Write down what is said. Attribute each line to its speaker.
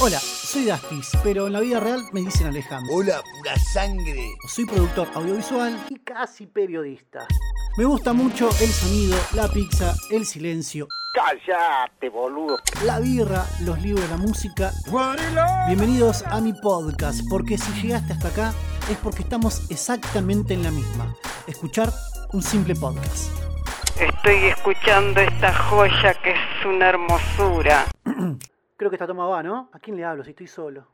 Speaker 1: Hola, soy Dastis, pero en la vida real me dicen Alejandro.
Speaker 2: Hola, pura sangre.
Speaker 1: Soy productor audiovisual y casi periodista. Me gusta mucho el sonido, la pizza, el silencio,
Speaker 2: Cállate, boludo.
Speaker 1: la birra, los libros, la música. Bienvenidos a mi podcast, porque si llegaste hasta acá es porque estamos exactamente en la misma. Escuchar un simple podcast.
Speaker 3: Estoy escuchando esta joya que es una hermosura.
Speaker 1: Creo que esta toma va, ¿no? ¿A quién le hablo si estoy solo?